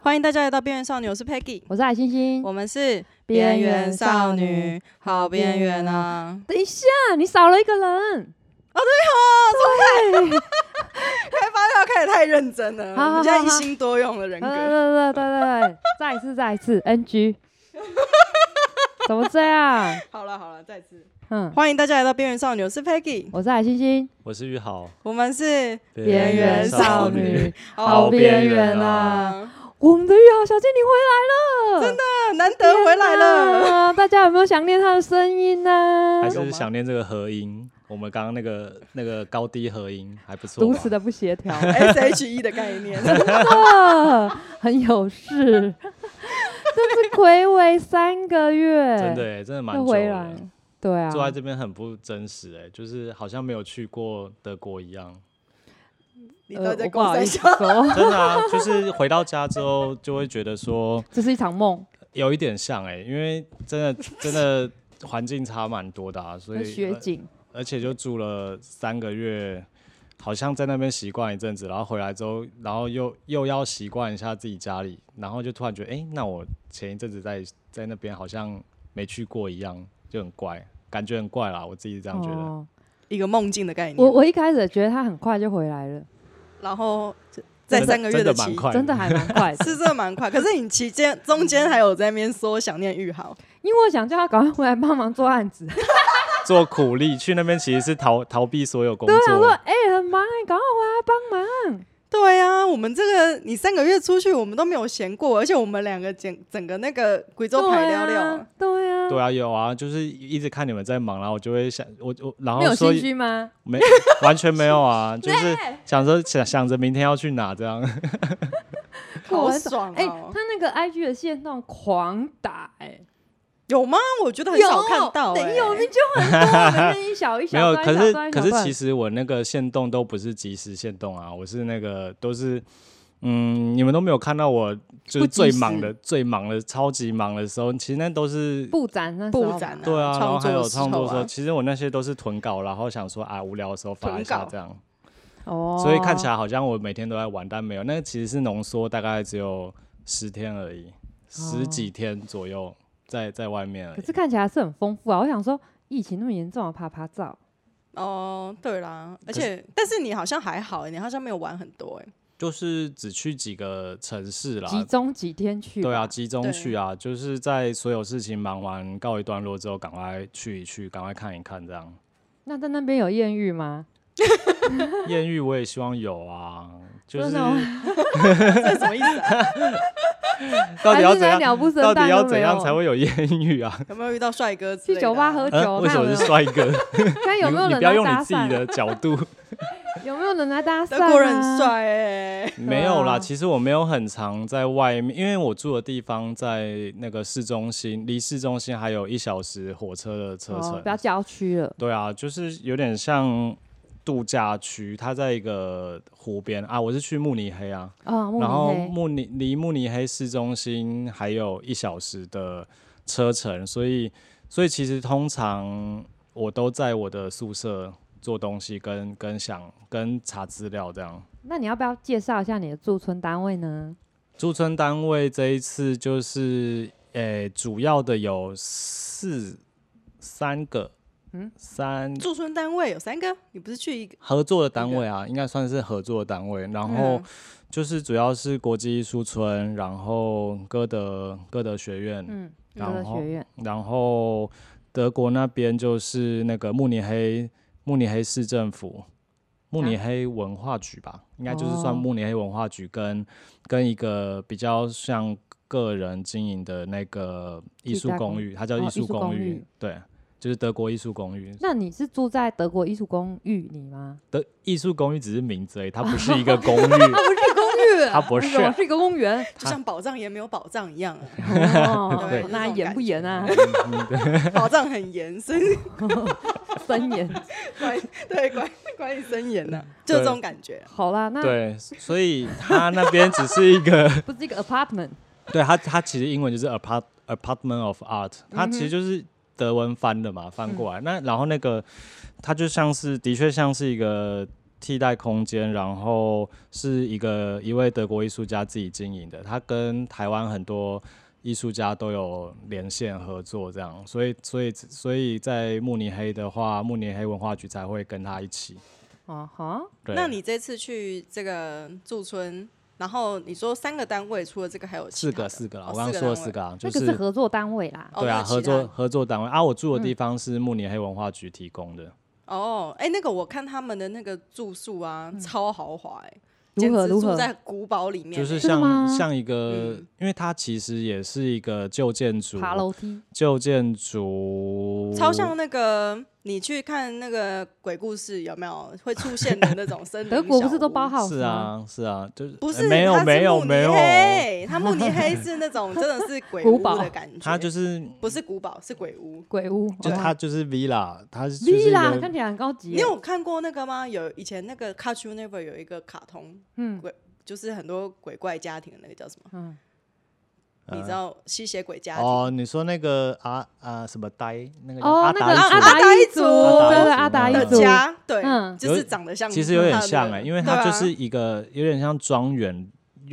欢迎大家来到边缘少女，我是 Peggy，我是海星星。我们是边缘少女，好边缘啊！等一下，你少了一个人。 开啊发票开得太认真了，好好我们现在一心多用的人对格。对对对对对，再一次再一次 NG，怎么这样？好了好了，再次嗯，欢迎大家来到边缘少女，我是 Peggy，我是海星星，我是玉豪，我们是边缘少女。好边缘啊！啊，我们的玉豪小精灵回来了，真的难得回来了。了！大家有没有想念他的声音呢还？有吗是想念这个合音。我们刚刚那个那个高低合音还不错吧，如此的不协 调， S H E 的概 念，啊很有事。这是暌违三个月，真的耶真的蛮又久回来的。，对啊，坐在这边很不真实哎，就是好像没有去过德国一样。你呃都在我不公好三意思小，说， 真的啊， 就是回到家之后就会觉得说这是一场梦，有一点像哎，因为真的真的环境差蛮多的啊，所以跟雪景。而且就住了三个月，好像在那边习惯一阵子，然后回来之后，然后又又要习惯一下自己家里，然后就突然觉得，哎、那我前一阵子在在那边好像没去过一样，就很怪，感觉很怪啦，我自己这样觉得。哦、一个梦境的概念。我我一开始觉得他很快就回来了，然后在真的三个月真的期蛮。快，真的还蛮快的。是真的蛮快，可是你期间中间还有在那边说想念玉豪，因为我想叫他赶快回来帮忙做案子，做苦力去那边其实是逃逃避所有 工对，我想说作，哎、很忙哎、赶快回来帮忙。对啊，我们这个你三个月出去，我们都没有闲过，而且我们两个整整个那个贵州排聊对聊啊，，对啊，对啊，有啊，就是一直看你们在忙，然后我就会想，我我然没有后所心以虚吗？没完全没有啊，就是 想说想想着明天要去哪这样。好我爽哎、哦！他那个 IG 的线动狂打哎、有吗？我觉得很少看到，哎有你就很多，那边一小一 没小有，段，可一是小段可是其实实我那个限动都不是即时限动啊，我是那个都是，嗯，你们都没有看到我就不是及最忙时的、最忙的、超级忙的时候，其实那都是布展那时候布展对啊，然后创作还有的时创作的时候候，啊，其实我那些都是囤稿，然后想说啊无聊的时候发囤一下稿这样，哦，所以看起来来好像我每天都在玩，但没有，那其实是浓缩，大概只有十天而已，哦十几天左右在在外面而可已是。看起来是很丰富啊。我想说疫情那么严重啊，爬爬照。哦，对啦，而可是且但是你好像还好，哎你好像没有玩很多，哎， 就是只去几个城市啦，集中几天去吧，对啊，集中对去啊，就是在所有事情忙完告一段落之后，赶快去一去，赶快看一看这样。那在那边有艳遇吗？艳遇我也希望有啊，就是真的吗这是什么意思啊？ 到底要还是怎在样，鸟不生到蛋底要怎都样没有 才会有艳遇啊？有没有遇到帅哥之去类的啊？酒吧喝酒？呃为看什有没么有是帅哥？看 有没有你人你不要来用搭你自己讪？啊的角 度，有没有人来搭讪？啊德国人很。帅，哎， 没有对啊啦。其实我没有很常在外面，因为我住的地方在那个市中心，离市中心还有一小时火车的车哦程，不要郊区了。对啊，就是有点像度假区，它在一个湖边啊。我是去慕尼黑啊，啊，慕尼然后黑。慕尼离慕尼黑市中心还有一小时的车程，所以所以其实通常我都在我的宿舍做东西跟，跟想跟查资料这样。那你要不要介绍一下你的驻村单位呢？驻村单位这一次就是，诶、主要的有四三个，嗯嗯，三驻村单位有三个，你不是去一个？合作的单位啊，应该算是合作的单位。然后嗯就是主要是国际艺术村，然后歌德歌德学院，嗯，然德后学院。然后德国那边就是那个慕尼黑慕尼黑市政府。慕尼黑文化局吧，应该就是哦算慕尼黑文化局跟、跟一个比较像个人经营的那个艺地术下公公寓，它叫哦艺艺术术公公寓，寓对，就是德国艺术公寓，那你是住在德国艺术公寓里吗？的艺术公寓只是名字而已，它不是一 个公寓，不是公寓，它不你是啊怎么是一个公园。就像宝藏也没有宝藏一样 啊，哦对那那种严不严啊？宝藏很严，所以森严。管 对管管理森严嗯呐，就这种感觉啊。好啦，那对，所以它那边只是一个，不是一个 apartment。 对它它其实英文就是 apart apartment of art，它嗯其实就是德文翻的嘛，翻过来。那然后那个它就像是的确像是一个替代空间，然后是一个一位德国艺术家自己经营的，他跟台湾很多艺术家都有连线合作，这样，所以所以所以在慕尼黑的话，慕尼黑文化局才会跟他一起。啊哈，对，那你这次去这个驻村，然后你说三个单位，除了这个还有其四他个的四个啦，哦我刚刚说了单四位个啊，就那个是合作单位啦。哦对那啊，有其合作他合作单位啊，嗯我住的地方是慕尼黑文化局提供的。哦，哎、那个我看他们的那个住宿啊，超豪华哎、嗯如简何直如住何在古堡里面、就欸是真的像吗像一个，嗯因为它其实也是一个旧建筑，爬楼梯，旧建筑超像那个你去看那个鬼故事有没有会出现的那种森林？德国不是都包？好是，啊是啊，就是不呃是，没有它是没有慕尼没有，黑，它慕尼 黑是那种真的是鬼屋古堡的感觉，它就是不是古堡，是鬼屋。鬼屋，就它就是 villa，它是就是一 V 啦，看个起来很高级你耶。有看过那个吗？有以前那个《Cartoon Never》有一个卡通，嗯鬼就是很多鬼怪家庭的那个叫什么？嗯，你知道吸血鬼家庭？呃哦，你说那个啊啊什么呆那个叫哦，那个阿达一族达一族族，阿对对，阿达达一一的族，家，对，嗯就是长得像他的那个，其实有点像哎、因为它对啊就是一个有点像庄园、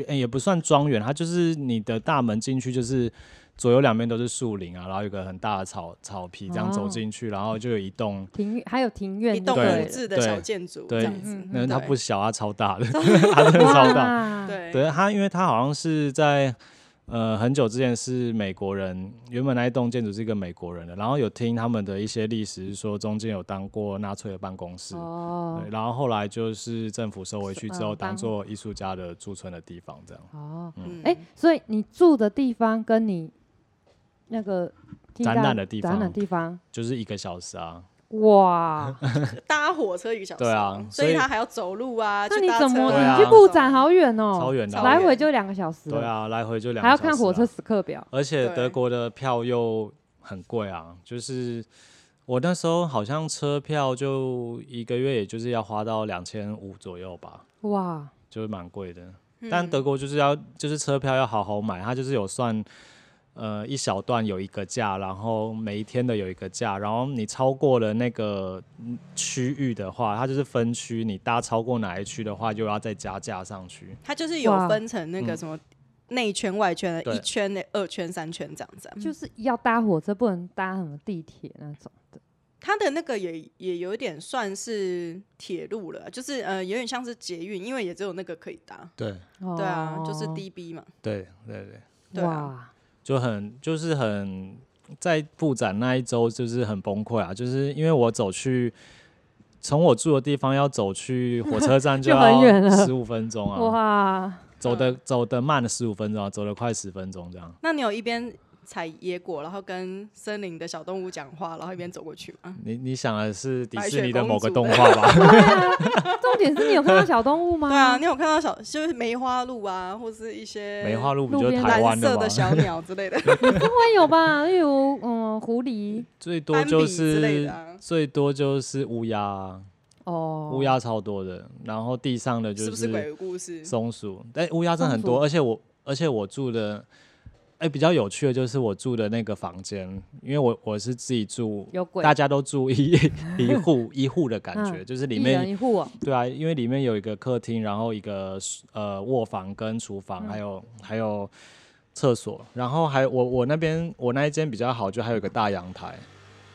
呃也不算庄园，它就是你的大门进去就是左右两边都是树林啊，然后有个很大的草草皮，这样走哦进去，然后就有一栋，庭还有庭院一就栋对了，木质的小建筑这对样子嗯，那它对不小，它超大的， 它真的超大。哇，对对它，因为它好像是在呃很久之前是美国人，原本那一栋建筑是一个美国人的，然后有听他们的一些历史，说中间有当过纳粹的办公室，哦对，然后后来就是政府收回去之后，嗯当当做艺术家的驻村的地方，这样。哦，嗯哎，所以你住的地方跟你那个替展代览的地展方览地方，就是一个小时啊，哇，搭火车一个小时，对啊所所以以他还要走路啊，那去你搭怎车么对啊你去布展好远哦，超远的啊来回就两个小时了，对啊，来回就两、还个要小时啊看火车，时刻表，而且对德国的票又很贵啊，就是我那时候好像车票就一个月，也就是要花到两千五左右吧，哇，就是蛮贵的。嗯但德国就是要就是车票要好好买，它就是有算。呃，一小段有一个价，然后每一天的有一个价，然后你超过了那个嗯区域的话，它就是分区，你搭超过哪一区的话，就要再加价上去。他就是有哇分成那个什么内圈、外圈的，嗯对一圈的、二圈、三圈这样子啊。就是要搭火车，不能搭什么地铁那种的，他的那个也也有点算是铁路了，就是呃，有点像是捷运，因为也只有那个可以搭。对对啊，哦就是 DB 嘛。对对对，对啊哇，就很就是很在布展那一周就是很崩溃啊，就是因为我走去从我住的地方要走去火车站就很远要了十五分钟啊，哇，走嗯的走的慢了十五分钟啊，走了快十分钟这样。那你有一边采野果，然后跟森林的小动物讲话，然后一边走过去吗？你你想的是迪白士雪尼的公某个主动画吧？ 重点是你有看到小动物吗？对啊，你有看到小就是梅花鹿啊，或是一些梅花鹿不路就是边台蓝湾色吗的？小鸟之 类的， 应该有吧，例如嗯，狐狸最多斑比就之类是的啊。最多就是乌鸦啊，哦，乌鸦超多的，然后地上的是就不是鬼故事？松鼠，但乌鸦真的很松多，鼠而且我而且我住的，哎、比较有趣的就是我住的那个房间，因为我我是自己住，有鬼，大家都住一 一户一户的感觉，嗯就是里一人面一户哦，对啊，因为里面有一个客厅，然后一个呃卧房跟厨房，嗯还有还有厕所，然后还我我那边我那一间比较好，就还有一个大阳台。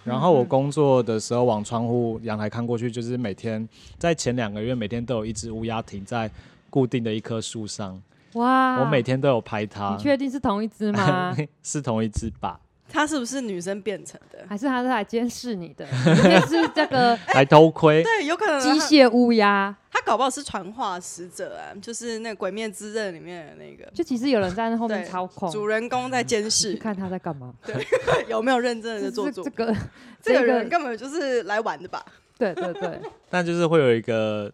然后我嗯嗯工作的时候往窗户阳台看过去，就是每天在前两个月每天都有一只乌鸦停在固定的一棵树上，哇，我每天都有拍它啊你。确定是同一只 吗？是同一只吧？它是不是女生变成的？还是他是来监视你 的？监视这个来偷窥，对，有可能机它械乌鸦，它搞不好是传话使者啊，就是那《鬼灭之刃》里面的那个就其实有人在那后面对操控，主人公在监视 去看他在干 嘛。有没有认真的这做这作这。个，这个这个人根本就是来玩的吧？ 对对对， 但就是会有一个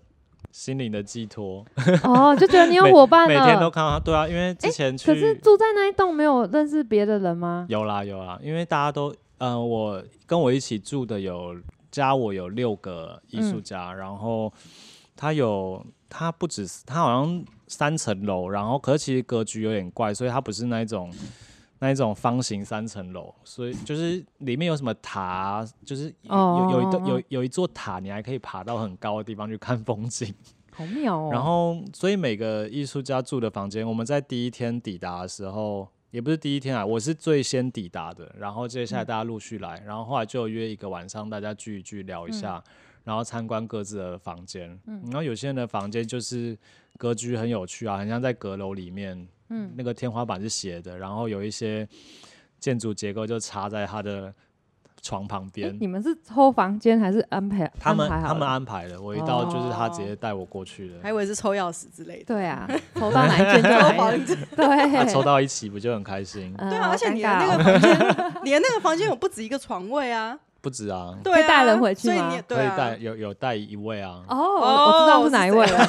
心灵的寄托。哦，就觉得你有伙伴每天都了。看到它，对啊，因为之前去、可是住在那一栋没有认识别的人吗？有啦有啦，因为大家都，呃，我跟我一起住的有加我有六个艺术家，嗯然后他有他不止他好像三层楼，然后可是其实格局有点怪，所以他不是那一种。那一种方形三层楼，所以就是里面有什么塔，就是有哦有有一栋哦有有一座塔，你还可以爬到很高的地方去看风景。好妙哦。然后，所以每个艺术家住的房间，我们在第一天抵达的时候，也不是第一天啊，我是最先抵达的。然后接嗯下来大家陆续来，然后后来就约一个晚上，大家聚一聚，聊一下，嗯然后参观各自的房间。然后有些人的房间就是格局很有趣啊，很像在阁楼里面，嗯，那个天花板是斜的，然后有一些建筑结构就插在他的床旁诶边。你们是抽房间还是安排？他们安排好他们了哦安排的，我一到就是他直接带我过去的。还以为是抽钥匙之 类的。对 啊，抽到哪一间就抽哪一房间。间，他 对，啊抽到一起不就很开心？呃。对啊，而且好你的尴尬那哦个房间，你的那个房间有不止一个床 位啊，不止啊，对啊，会带人回去所以吗你可对以啊带，有有带一位 啊，哦，我我知道是哪一位了，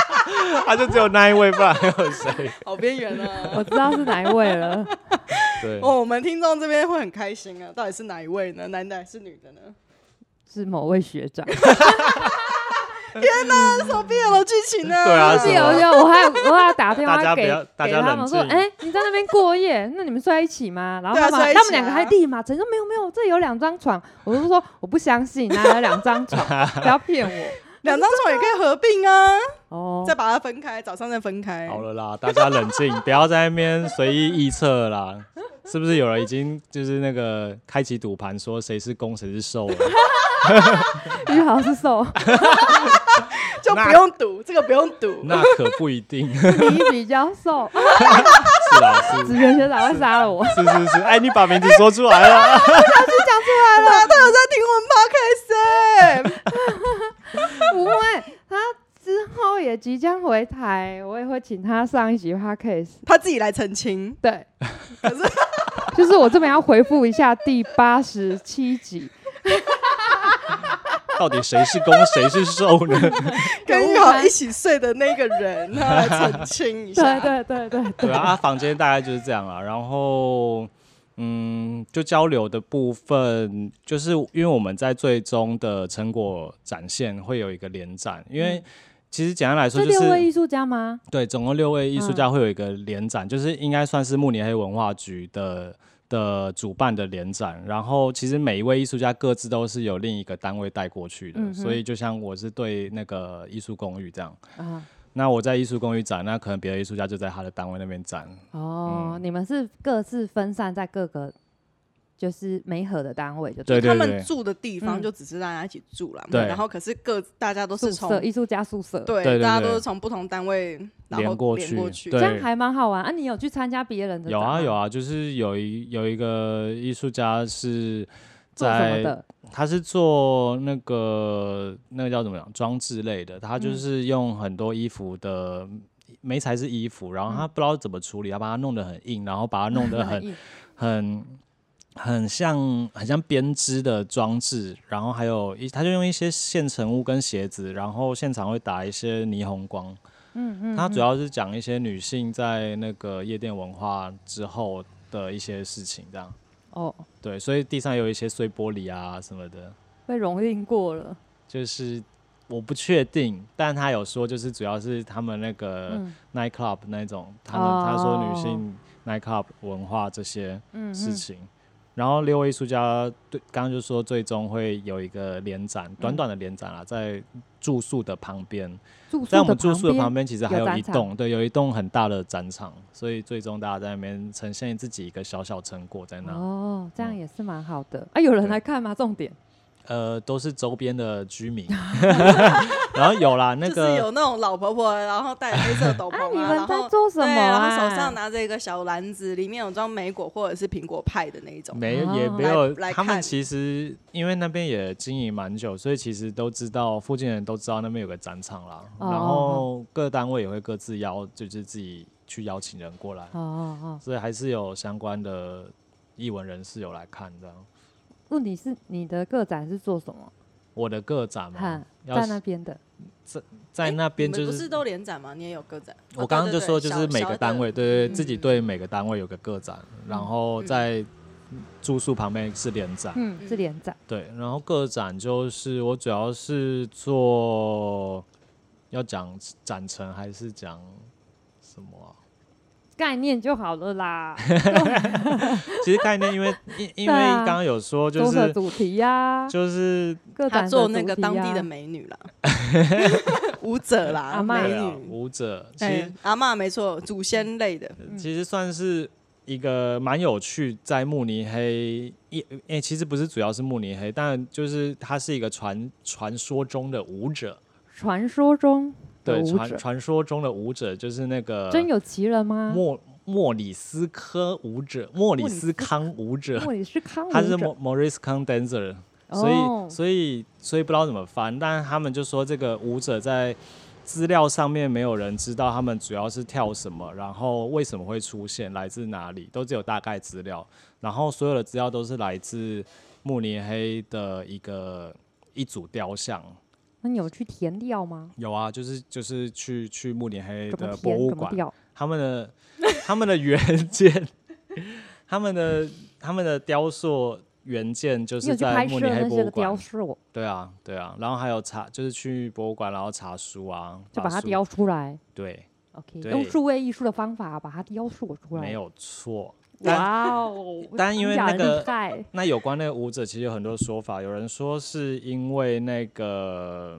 他就只有那一位，不然还 有谁？好边缘啊。 我知道是哪一位了。对，哦，我们听众这边会很开心啊，到底是哪一位呢？男的还是女的呢？是某位学长，这是什么 BL 剧情呢？ 对啊是是有吗有，我还有我还有打电大话家给不要大给家他冷们说，静哎、你在那边过夜，那你们睡在一起吗？然后对啊他们、睡在一起啊他们两个还立马承认没有没有，这有两张床，我就说我不相信，哪有两张床？不要骗我两张床也可以合并啊，哦再。把它分开，早上再分开。好了啦，大家冷静， 不要在那边随意臆测啦。是不是有人已经就是那个开启赌盘，说谁是攻谁是受了？ 于豪是瘦，就不用赌，这个不用赌。那可不一定，你比较瘦，是啦，是 子源学长会杀了我。是是是，哎，你把名字说出来啊大了，家都有在听我们 podcast，欸不会，他之后也即将回台，我也会请他上一集 podcast。他自己来澄清。对，可 是就是我这边要回复一下第八十七 集， 到底谁是攻谁是受呢？跟玉豪一起睡的那个人，他来澄清对一下。对对对对啊，啊房间大概就是这样啦。然后，嗯，就交流的部分，就是因为我们在最终的成果展现会有一个联展，因为其实简单来说是就嗯六位嗯是艺术家吗？对，总共六位艺术家会有一个联展，就是应该算是慕尼黑文化局的。的主办的联展，然后其实每一位艺术家各自都是有另一个单位带过去的，嗯哼所以就像我是对那个艺术公寓这样，啊，那我在艺术公寓展，那可能别的艺术家就在他的单位那边展，哦，嗯你们是各自分散在各个就是媒合的单位就对他对对们，住的地方嗯就只是大家一起住了，对然后可是各大家都宿是舍从艺术家宿舍，，对对对，大家对都是从不同单位然后连过连去过去对这样还蛮好玩啊。你有去参加别人的？有啊有啊，啊，就是有一有一个艺术家是做什么在的？他是做那个那个叫怎么讲装置类的，他就嗯是用很多衣服的。没材是衣服，然后他不知道怎么处理，他把它弄得很硬，然后把它 弄得很嗯硬很很像很像编织的装置，然后还有一他就用一些现成物跟鞋子，然后现场会打一些霓虹光，嗯嗯，它主嗯要是讲一些女性在那个夜店文化之后的一些事情，这样哦对，所以地上有一些碎玻璃啊什么的，被蹂躏过了，就是我不确定，但他有说就是主要是他们那个嗯 night club 那种，他们、哦他说女性 night club 文化这些嗯事嗯情。然后六位艺术家对，刚刚就说最终会有一个联展，嗯短短的联展啊，在住宿的旁边。住宿在的我们住宿的旁边，边，其实还有有展一栋，对，有一栋很大的展场，所以最终大家在那边呈现自己一个小小成果在那。哦，这样嗯也是蛮好的啊。有人对来看吗？重点呃，都是周边的居 民，然后有啦，那就是个有那种老婆婆，然后戴黑色斗篷、 啊，啊，你们然在后做什么对，然后啊？手上拿着一个小篮子，里面有装莓果或者是苹果派的那一种。没哦也没有来来，他们看其实因为那边也经营蛮久，所以其实都知道附近人都知道那边有个展场啦，哦然后各单位也会各自邀，就是自己去邀请人过来，哦哦哦，所以还是有相关的艺文人士有来看这样。问题是你的个展是做什么？我的个展嘛哈，，要在是那边的在那边你们就不是哦都连展吗？你也有个展。我刚刚就说，就是每个单位，对对嗯对，自己对每个单位有个个展，然后在住宿旁边是联展，嗯，是连展。对，然后个展就是我主要是做要讲展陈还是讲什么啊？概念就好了啦，其实概念，因为因因 为对啊刚刚有说 就综合是主题呀，就是各他展做主那个题当地呀的美女 啦，舞者啦，阿嬷美对啊，女，舞者，其哎实，阿嬷没错，祖先类的，嗯其实算是一个蛮有趣，在慕尼黑一诶、其实不是主要是慕尼黑，但就是它是一个传传说中的舞者，传说中的对，舞传者，传说中的舞者就是那个真有其人吗？莫莫里斯科舞者，莫里斯康舞者，莫里斯康舞他是者，莫 Morris Kang dancer，所以、哦所以所以不知道怎么翻，但他们就说这个舞者在资料上面没有人知道他们主要是跳什么，然后为什么会出现，来自哪里，都只有大概资料，然后所有的资料都是来自慕尼黑的一个一组雕像。那你有去填掉吗？有啊，就是就是去去慕尼黑怎么的博填？物怎么馆，掉？他们的他们的原件，他们的他们的雕塑原件就你有是去在拍慕摄尼黑那博些物个雕馆。塑，对啊，对啊，然后还有查，就是去博物馆，然后查书啊，就把它书。雕出来。对， OK，对用数位艺术的方法把它雕塑出来。没有错。但哇哦！但因为那真个假的厉害那有关那个舞者，其实有很多说法。有人说是因为那个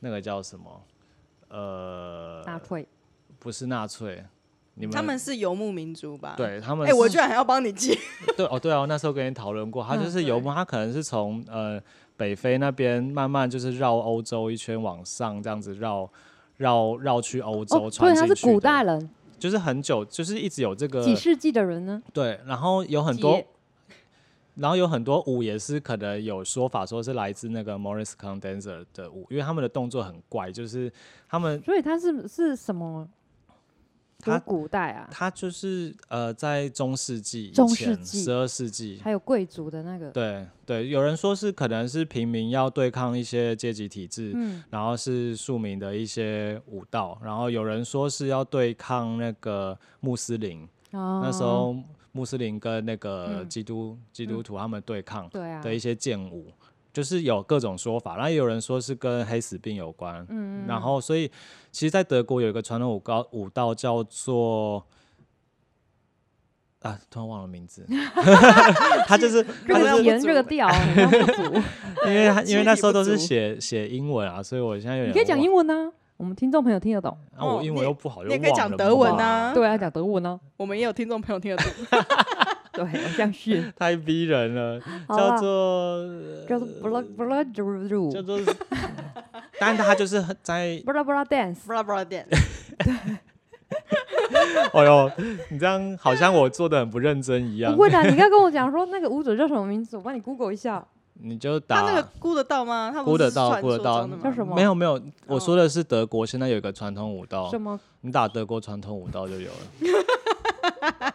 那个叫什么？呃，纳粹，不是纳粹，你们他们是游牧民族吧？。对他们哎，我是居然还要帮你记，对哦，对啊，我那时候跟你讨论过，它嗯就是游牧，它可能是从呃北非那边慢慢就是绕欧洲一圈往上，这样子绕绕绕去欧洲哦，所穿以进他去的。呃是古代人，就是很久，就是一直有这个几世纪的人呢？对，然后有很几多，然后有很多舞也是可能有说法说是来自那个 Morris Condenser 的舞，因为他们的动作很怪，就是他们所以他是是什么？多他古代啊，他就是呃在中世纪以中世前，纪十二世纪还有贵族的那个，对对，有人说是可能是平民要对抗一些阶级体制，嗯，然后是庶民的一些武道，然后有人说是要对抗那个穆斯林，那那时候穆斯林跟那个哦嗯基督、基督徒他们对抗对啊，嗯的一些剑舞，就是有各种说法，然后也有人说是跟黑死病有关，嗯，嗯然后所以其实，在德国有一个传统舞高舞蹈叫做。啊，突然忘了 名字，他就是这他就要个是不填足这个 调，很像不足因为他因为那时候都记忆力是不足写写英文啊，所以我现在有点你可以讲忘英文呢，我们听众朋友听得懂。啊，我哦英文你又不好，你又也可以忘讲了德文嘛啊对啊，讲德文呢，我们也有听众朋友听得 懂，对，好像 是太逼人了，好叫啊啦做叫做 bla bla 叫 dru 做，但他就是很在， bla bla dance，布拉布拉 点，哎呦，你这样好像我做的很不认真一样不，会的，你刚跟我讲说那个舞者叫什么名字，我帮你 Google 一下，你就他那个打。估得到吗？他不估得是到传估得说到中的吗哦叫什么没有没有，我说的是德国，现在有一个传统舞蹈什，么你打德国传统舞蹈就有了。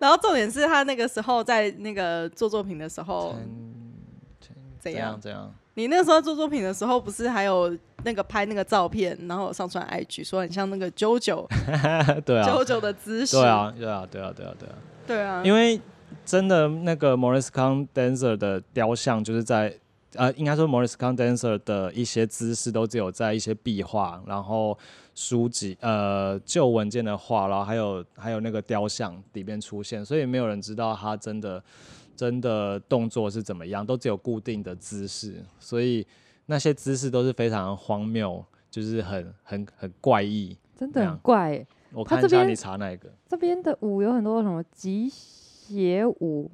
然后重点是他那个时候在那个做作品的时候嗯怎怎样样？怎样？你那时候做作品的时候，不是还有那个拍那个照片，然后上传 IG 说很像那个 JoJo 对啊， JoJo 的姿势，对，啊，对啊，对啊，对啊，对啊。对啊，因为为真的那个 Morris Con Dancer 的雕像，就是在呃，应该说 Morris Con Dancer 的一些姿势都只有在一些壁画，然后书籍呃旧文件的画，然后还有还有那个雕像里面出现，所以没有人知道他真的真的动作是怎么样，都只有固定的姿势，所以那些姿势都是非常荒谬，就是很很很怪异。真的怎很样怪欸，我他看这一下边你查哪一个。这边的舞有很多什么极斜舞、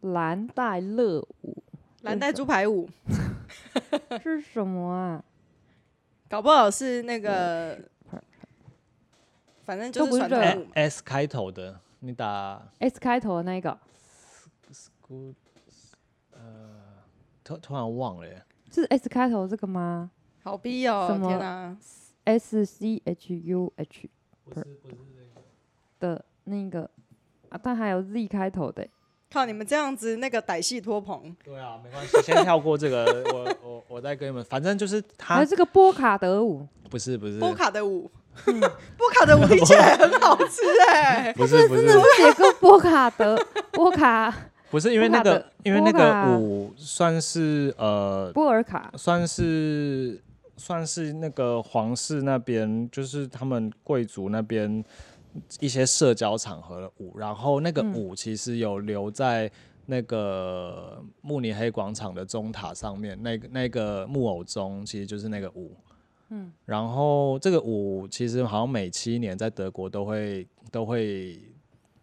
蓝带乐舞蓝带猪排舞，是什么啊？搞不好是那个，反正嗯就都不是是传这统舞 A-。S 开头的，你打 S 开头的那一个 Good，呃，突突然忘了耶，是 S 开头这个吗好逼哦什！么天啊， ？S C H U H 的那个啊，但还有 Z 开头的欸，啊靠你们这样子，那个歹戏拖棚，对啊，没关系， 先跳过这个，我我我再跟你们，反正就是还他有这个波卡德舞，不是不是。波卡的舞，嗯 波卡的舞听起来很好吃 哎不是不真的是是写个波卡德 波卡不是因为那波卡个的因为那波卡个舞算是呃波尔卡，算是算是那个皇室那边，就是他们贵族那边一些社交场合的舞，然后那个嗯舞其实有留在那个慕尼黑广场的钟塔上面，那个那个木偶钟其实就是那个舞。嗯，然后这个舞其实好像每七年在德国都会都会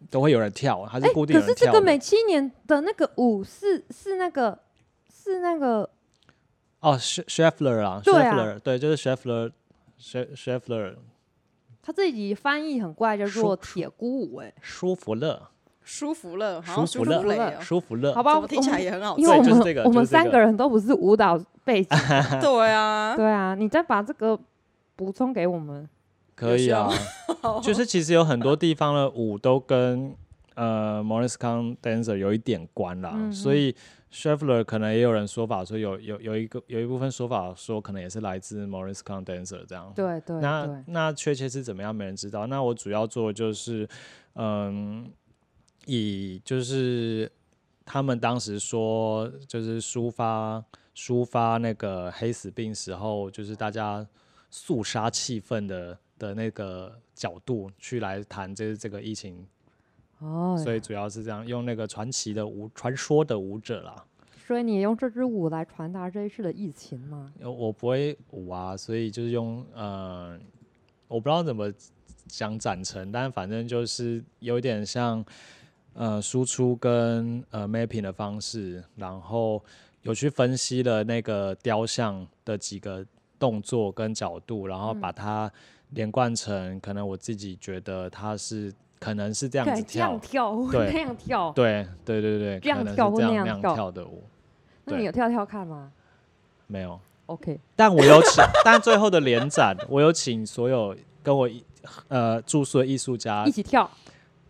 都会有人跳，它是固定可有人是这跳的。个每七年的那个舞是是那个是那个哦，Sch-，Scheffler 啊对啊，Scheffler，对，就是 Scheffler。Sche- Scheffler 他自己翻译很怪，叫做铁姑舞、哎，舒服勒，舒服了，好像舒服舒勒累哦，舒服勒，哎好吧，怎我么听起来们也很好吃因为我对们、就是这个我们就是这个三个人都不是舞蹈背景，对 啊，对啊，你再把这个补充给我们。可以啊有， 就是其实有很多地方的舞都跟呃 Morris Con Dancer 有一点关啦，嗯嗯所以 Scheffler 可能也有人说法说有有有一个有一部分说法说可能也是来自 Morris Con Dancer 这样。对对那对，那确切是怎么样，没人知道。那我主要做的就是，嗯，以就是他们当时说，就是抒发抒发那个黑死病时候，就是大家肃杀气氛的的那个角度去来谈这这个疫情，哦，所以主要是这样用那个传奇的舞传说的舞者啦。所以你也用这支舞来传达这一次的疫情吗？呃我不会舞啊，所以就是用呃，我不知道怎么讲展成，但反正就是有一点像呃输出跟呃 mapping 的方式，然后有去分析了那个雕像的几个动作跟角度，然后嗯把它连贯成可能我自己觉得它是可能是这样子对，这样跳，跳 或对那样跳，对对对对，这样可能是跳或这那样样跳跳的舞，那你对有跳跳看吗没有。 ？OK，但我有请， 但最后的联展，我有请所有跟我一呃住宿的艺术家一起跳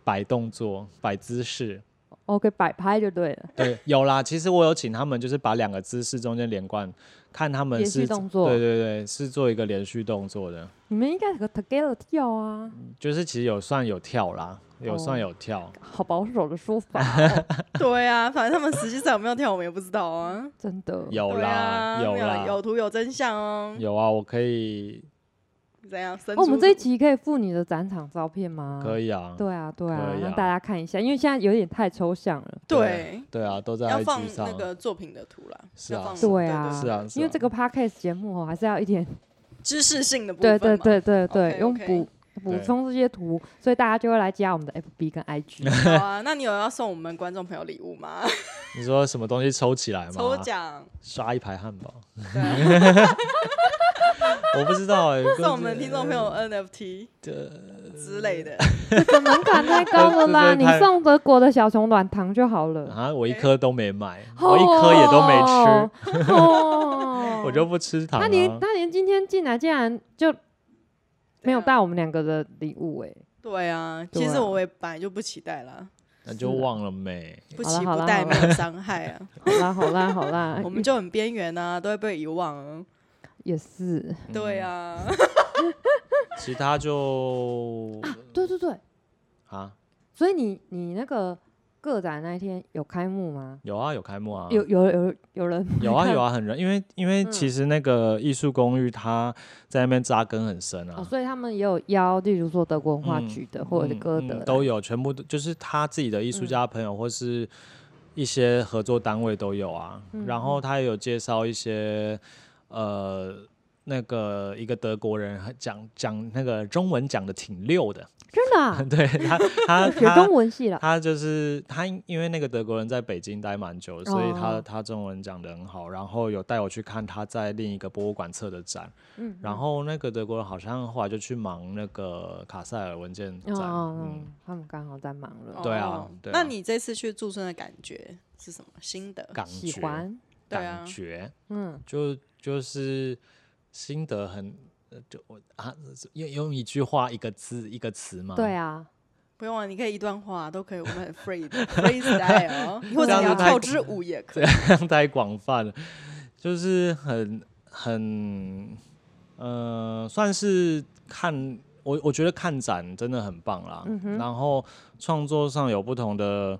摆动作、摆姿势。 ，OK，摆拍就对了。对，有啦。其实我有请他们，就是把两个姿势中间连贯，看他们连续是动作对对对，是做一个连续动作的，你们应该和 together 跳啊，就是其实有算有跳啦，有算有跳。好保守的说法 哦，对啊，反正他们实际上有没有跳，我们也不知道啊。真的。有对啦，啊，有没啦，有图有真相哦。有啊，我可以，怎样？哦生我们出这一集可以附你的展场照片吗？可。以啊，对啊，对可啊，以让啊大家看一下，因为现在有点太抽象了。对，对啊，都在要放 IG 那上，个作品的图啦，是要啊放是啊对是啊，是因为啊这个 podcast 节目哦，还是要一 点，知识性的部对对分嘛，对对对， OK，用 OK 补补对充这些图，所以大家就会来加我们的 FB 跟 IG。好啊，那你有要送我们观众朋友礼物吗？你说什么东西抽起来吗？抽奖，刷一排汉堡，对，我不知道哎、欸，送我们听众朋友 NFT 之类的。这个门槛太高了啦！ 对对你对太送德国的小熊软糖就好了，啊，我一颗都没买，哦我一颗也都没吃，。哦我就不吃糖、啊他。连他连今天进来竟然就 没有对啊带我们两个的礼物哎、对啊，对其实啊我也本来就不期待啦，那就忘了没。不好啦期好不啦待好没啦有伤害 好啦啊，，好啦好啦哎我们就很边缘啊，都会被遗忘啊。也是，嗯对啊，其他就对对对，啊，所以你你那个个展那一天有开幕吗？有啊，有开幕啊，有有有有人有啊看嗯有啊，很热，因为因为其实那个艺术公寓它在那边扎根很深啊。哦，所以他们也有邀，例如说德国文化嗯局的、或者是嗯歌嗯德的、嗯都有，全部都就是他自己的艺术家朋友、或是一些合作单位都有啊。嗯然后他也有介绍一些呃，那个一个德国人讲讲那个中文讲的挺溜的，、真的、啊 对 他他学中他文系了，他就是他因，因为那个德国人在北京待蛮久，所以他哦他中文讲的很好，然后有带我去看他在另一个博物馆侧的展。嗯，然后那个德国人好像后来就去忙那个卡塞尔文件哦展，哦嗯，他们刚好在忙了， 对啊哦对啊那你这次去驻村的感觉是什么？心得？感喜觉欢，对啊感觉嗯，就就是心得很。呃就我啊，用用一句话一个字一个词嘛，对啊，不用啊，你可以一段话都可以，我们很 free 的 freestyle，哦或这者样你要子太跳支舞也可以。 啊太广泛了，就是很很呃，算是看我我觉得看展真的很棒啦。嗯然后创作上有不同的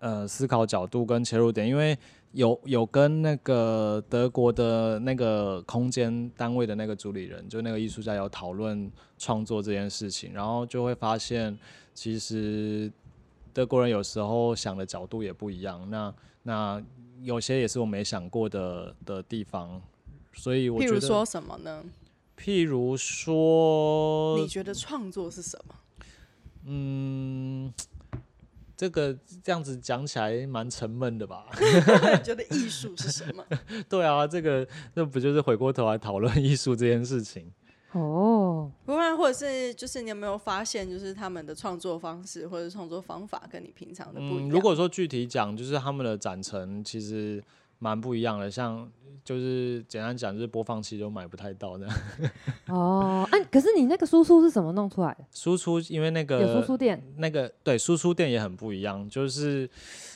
呃思考角度跟切入点，因为有有跟那个德国的那个空间单位的那个主理人，就那个艺术家有讨论创作这件事情，然后就会发现，其实德国人有时候想的角度也不一样，那那有些也是我没想过的的地方，所以我譬觉如得，说什么呢？譬如说你觉得创作是 什么？嗯，这个这样子讲起来蛮沉闷的吧？ 你觉得艺术是什么？对啊，这个那不就是回过头来讨论艺术这件事情？哦，不然，或者是就是你有没有发现，就是他们的创作方式或者创作方法跟你平常的不一样？嗯，如果说具体讲，就是他们的展陈其实蛮不一样的，像就是简单讲，就是播放器都买不太到的。哦，啊，可是你那个输出是怎么弄出来的？ 输出因为那有个输出店那个对输出店也很不一样，就是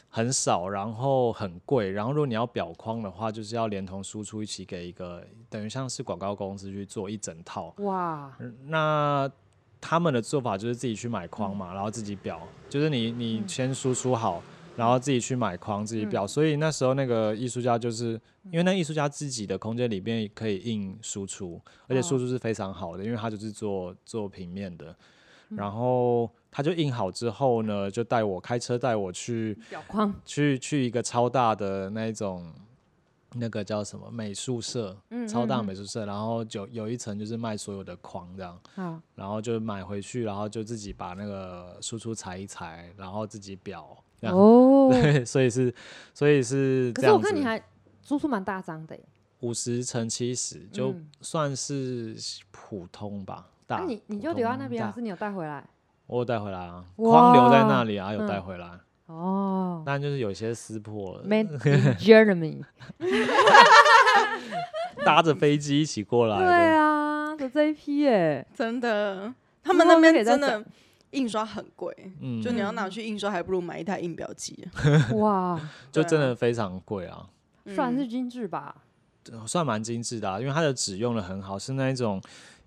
很少，然后很贵，然后如果你要表框的话，就是要连同输出一起给一个，等于像是广告公司去做一整套。哇，嗯那他们的做法就是自己去买框嗯嘛，然后自己裱，就是你你先输出好，然后自己去买框自己嗯裱。所以那时候那个艺术家就是因为那艺术家自己的空间里边可以印输出，而且哦输出是非常好的，因为他就是做做平面的。嗯然后他就印好之后呢，就带我开车带我去表框，去去一个超大的那一种，那个叫什么美术社，嗯超大嗯嗯美术社，然后有有一层就是卖所有的框这样，好，然后就买回去，然后就自己把那个输出裁一裁，然后自己裱这样。哦，对， 所以是所以是可这是我样看你子，还输出蛮大张的耶，五十乘七十就嗯算是普通吧，那、大。啊你你普就留在通那边，还啊大是你有带回来？我有带回来啊，哇框留在那里啊，有带嗯回来，哦但就是有些撕破了， ，Made in Germany，搭着飞机一起过来的。对 啊，的这一批耶，真的，他之们那后就可边以再真的印刷很贵，嗯就你要拿去印刷，还不如买一台印表机。哇，就对啊真的非常贵啊，算是精致吧？呃算蛮精致的、啊，因为它的纸用的很好，是那一种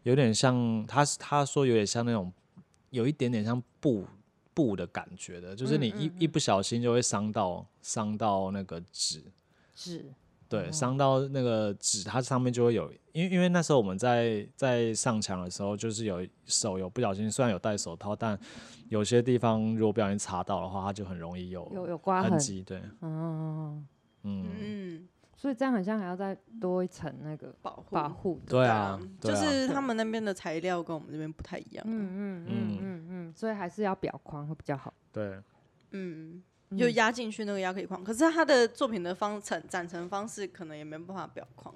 有点像，他他说有点像那种有一点点像布布的感觉的，就是你一、一不小心就会伤到伤到那个纸，纸，对，伤到那个纸，它上面就会有，因为因为那时候我们在在上墙的时候，就是有手有不小心，虽然有戴手套，但有些地方如果不小心擦到的话，它就很容易有有有刮痕痕，迹，对，嗯，嗯，嗯，所以这样好像还要再多一层那个保护保护的，对啊，对就啊是他们那边的材料跟我们这边不太一样。嗯嗯嗯嗯嗯嗯，所以还是要表框会比较好。对。就嗯压进去那个亚克力框，可是他的作品的方程展成方式可能也没办法裱框。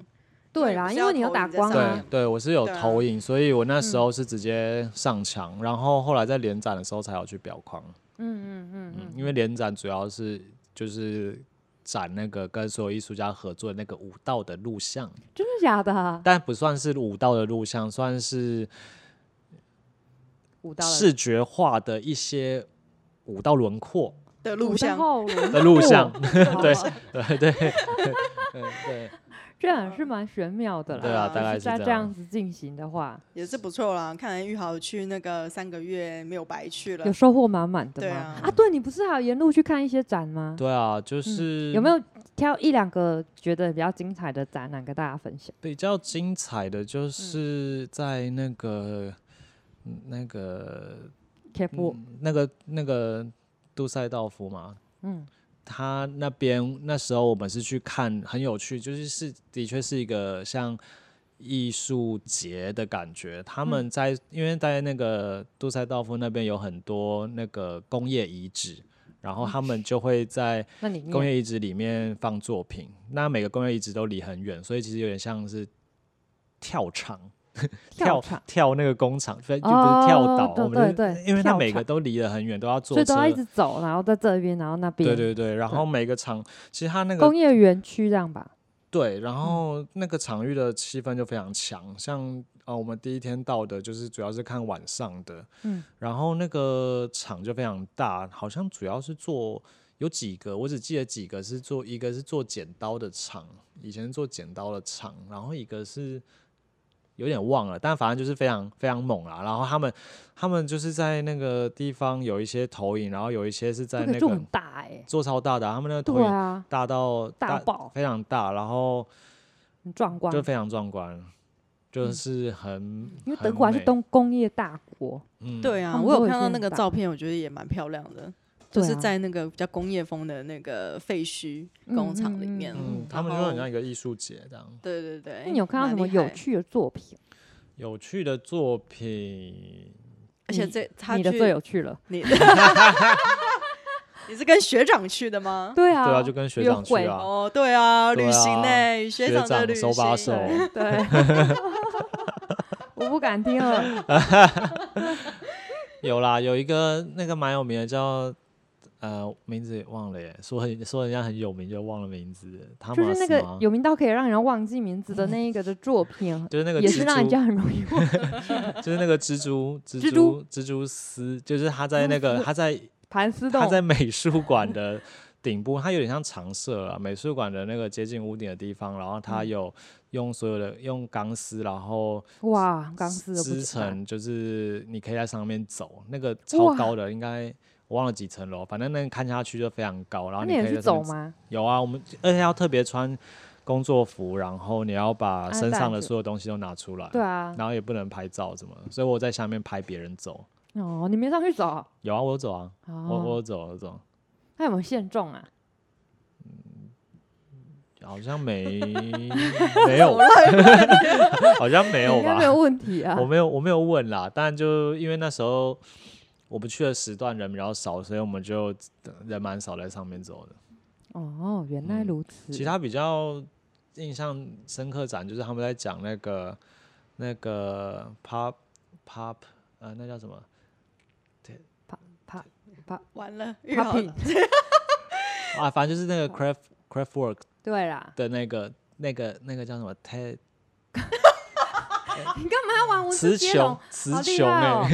对啦，你因不为是你要有投打影在光上啊面对，对，我是有对啊投影，所以我那时嗯候是直接上墙，然后后来在联展的时候才有去裱框。嗯嗯嗯因为联展主要是就是展那个跟所有艺术家合作的那个舞蹈的录像，真的假的啊？但不算是舞蹈的录像，算是舞蹈的视觉化的一些舞蹈 轮廓的舞录的像，后轮的录像。廓对哦对对对 对这还是蛮玄妙的啦。对啊大概就是在这这样样子进行的话，也是不错啦。看来玉豪去那个三个月没有白去了有，收获满满的对吗？啊对你不是还有沿路去看一些展吗？对啊，就是、嗯有没有挑一两个觉得比较精彩的展览跟大家分享？比较精彩的嗯就是在那个、嗯那个 k e 嗯那个那个杜塞道夫嘛，嗯，他那边那时候我们是去看，很有趣，就是是的确是一个像艺术节的感觉。他嗯们在、因为在那个杜塞道夫那边有很多那个工业遗址，然后他们就会在。那嗯你念工业遗址里面放作品，那每个工业遗址都离很远，所以其实有点像是跳场，跳跳场，跳那个工厂，所以就不是跳哦岛，对我们对就对是因为它跳每个场都离得很远，都要坐所以车都，要一直走，然后在这边，然后那边，对对对，然后每个厂其实它那个工业园区这样吧。对，嗯然后那个场域的气氛就非常强，像呃我们第一天到的就是主要是看晚上的，嗯，然后那个场就非常大，好像主要是做有几个，我只记得几个是做一个是做剪刀的厂，以前做剪刀的厂，然后一个是有点忘了，但反正就是非常非常猛啦。然后他们他们就是在那个地方有一些投影，然后有一些是在这那个就很个大哎、哎、做超大的啊、他们那个投对影啊，大到大爆，非常大，然后很壮观嗯就。非常壮观，就是很因为德国还是，东工业大国，很美嗯，对啊，嗯我有我也看觉得到那很个大照片，我觉得也蛮漂亮的，就对是啊在那个比较工业风的那个废墟工厂里面。嗯，他然们就很后像一个艺术节这样。对对对，那你有看到什蛮么厉有害？趣的作品？有趣的作品，而且你这他你的去最有趣了，你你是跟学长去的吗？对啊，对啊，就跟学约长去会啊，哦，对啊，对旅行啊呢，与学长的长旅手把手行，，对， 我不敢听了， 有啦，有一个那个蛮有名的叫。呃，名字也忘了耶，说很说人家很有名就忘了名字，他就是那个有名到可以让人忘记名字的那一个的作品，就是嗯那个也是蜘让人蛛家很容易忘。就是那个蜘蛛，蜘 蜘蛛，蜘蛛丝，就是他在 那个他在盘丝洞他，在美术馆的 顶部，它有点像常设啊，美术馆的那个接近屋顶的地方，然后它嗯有用所有的用钢丝，然后哇，钢丝的不织简单成，就是你可以在上面走，那个超哇高的，应该我忘了几层楼，反正那个看下去就非常高，然那后你你也可以是在走上面吗？有啊，我们而且要特别穿工作服，然后你要把啊身带上的着所有东西都拿出来，对啊，然后也不能拍照什么的，所以我在下面拍别人走。哦，你没上去走，有啊，我有走啊，我我哦，有走，我有走，那有没有限重啊？好像没没 有，好像没有应该 吧没？有问题啊我。没有，我没有问啦，但就因为那时候我们去的时段人比较少，所以我们就人蛮少在上面走的。哦，原来嗯如此。其他比较印象深刻展就是他们在讲那个那个 pop pop 呃，那叫什么？完了，遇好 Popping 了，啊，反正就是那个哦 craft craft work 对啦，的那个那个那个叫什么 t 你干嘛要玩文词字接龙穷？词好厉穷害哎、哦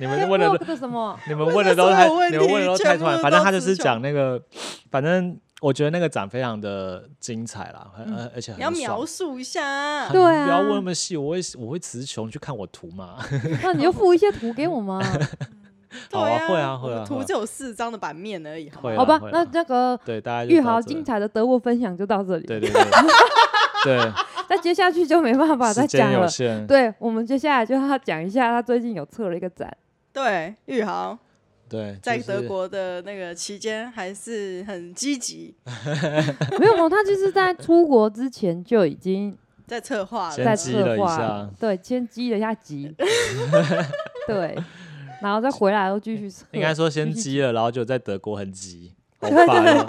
接你们问的都龙的什 么？你们问的所都有太问你们问题的都全太部突然，都反正他就词是穷讲那个，反正我觉得那个展非常的精彩啦，很、嗯而且很你要爽描述一下啊。 很对不要啊问那么细，我会我会词穷去看我图嘛，那你就附一些图给我们。对好啊会啊我会们啊图会啊只有四张的版面而已，好会啊吗？好吧会，那啦那个对，大家就玉到豪这精彩的德国分享就到这里，对对 对 对，那接下去就没办法再时间讲有了。限，对我们接下来就要讲一下，他最近有测了一个展，对，玉豪对，在就是德国的那个期间还是很积极，没有，他就是在出国之前就已经在策划先在了积了策一划下，对，先积了一下 集，对，然后再回来又继续测。应该说先继续急了，然后就在德国 很急，好对烦哦，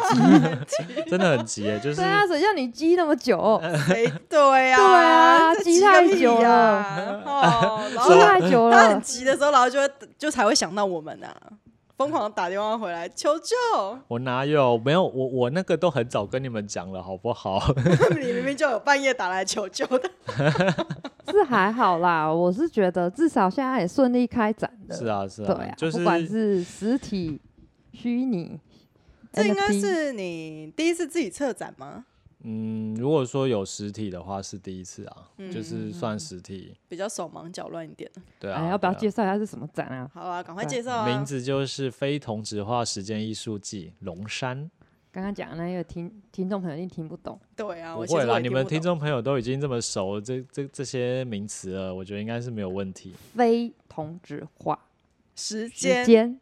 真的很急耶，就是对啊，谁叫你积那么久？呃 哎，对对呀，啊这积急个太屁久呀了哦， 然积后啊太久他很了，急的时候，然后就会就才会想到我们呐，疯狂地打电话回来求救，我哪有没有我我那个都很早跟你们讲了，好不好？ 你明明就有半夜打来求救 的，是还好啦。我是觉得至少现在也顺利开展了。是啊，是啊，对啊，就是不管是实体、虚拟，这应该 NFT 是你第一次自己策展吗？嗯，如果说有实体的话，是第一次啊，嗯就是算实体，比较手忙脚乱一点。对啊。哎，要不要对介啊绍一下是什么展啊？好啊，赶快对介绍啊！名字就是非同质化实践艺术季龙山，刚刚讲的那个听听众朋友一定听不懂，对啊，不我其会实啦，我也你听们不听懂众朋友都已经这么熟这这这些名词了，我觉得应该是没有问题。非同质化时时间间，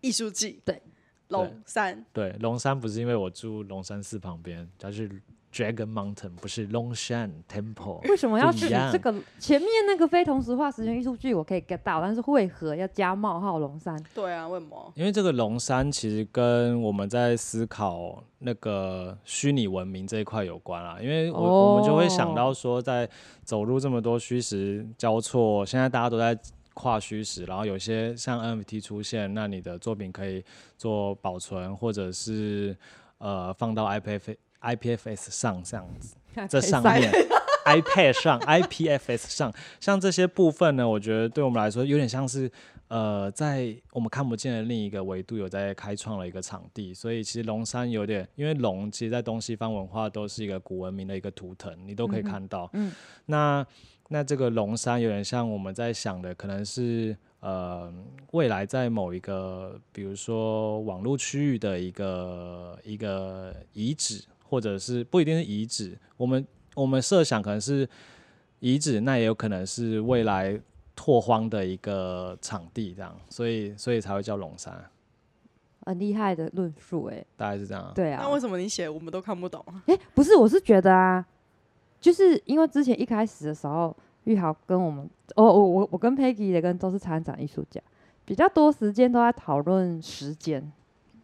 艺术季，对，龙山对，龙山不是因为我住龙山寺旁边，它是 Dragon Mountain，不是龙山 Temple。 为什么要取不一样这个？前面那个非同质化时间艺术剧我可以 get 到，但是为何要加冒号龙山？ 对啊，为什么？因为这个龙山其实跟我们在思考那个虚拟文明这一块有关啊，因为我、我们就会想到说，在走入这么多虚实交错，现在大家都在跨虚实，然后有些像 NFT 出现，那你的作品可以做保存，或者是呃放到 IPF IPFS 上这样子，这上 面 iPad 上 IPFS 上，像这些部分呢，我觉得对我们来说有点像是呃，在我们看不见的另一个维度，有在开创了一个场地，所以其实龙山有点，因为龙其实，在东西方文化都是一个古文明的一个图腾，你都可以看到。嗯那那这个龙山有点像我们在想的，可能是呃，未来在某一个，比如说网络区域的一个一个遗址，或者是不一定是遗址，我们我们设想可能是遗址，那也有可能是未来拓荒的一个场地，这样，所以所以才会叫龙山，很厉害的论述哎、大概是这样啊。对啊那，为什么你写我们都看不懂啊？哎、不是，我是觉得啊，就是因为之前一开始的时候，玉豪跟我们，哦，我我我跟 Peggy 的跟都是参展艺术家，比较多时间都在讨论时间，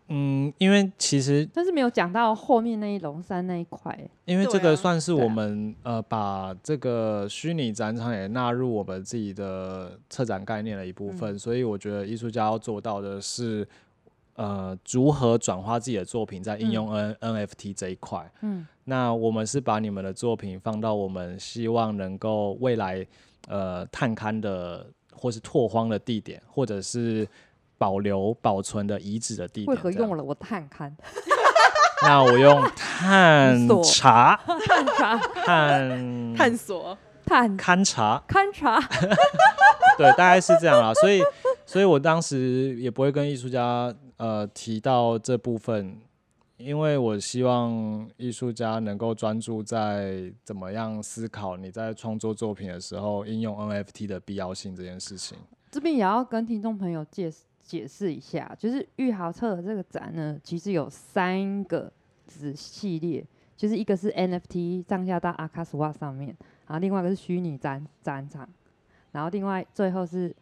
嗯，因为其实但是没有讲到后面那一龙山那一块欸、因为这对啊个算是对我啊们、呃把这个虚拟展场也纳入我们自己的策展概念的一部嗯分，所以我觉得艺术家要做到的是，呃，如何转化自己的作品在应用 N、NFT 这一块。嗯，那我们是把你们的作品放到我们希望能够未来呃探勘的或是拓荒的地点，或者是保留保存的遗址的地点。为何这样用了我探勘？那我用探索查探查，探探索，探勘察，勘察，对，大概是这样啦。所以，所以我当时也不会跟艺术家呃提到这部分，因为我希望艺术家能够专注在怎么样思考你在创作作品的时候应用 NFT 的必要性这件事情。这边也要跟听众朋友解释解释一下，就是玉豪策的这个展呢，其实有三个子系列，就是一个是 NFT 上下到阿卡斯瓦上面，然后另外一个是虚拟展展场，然后另外最后是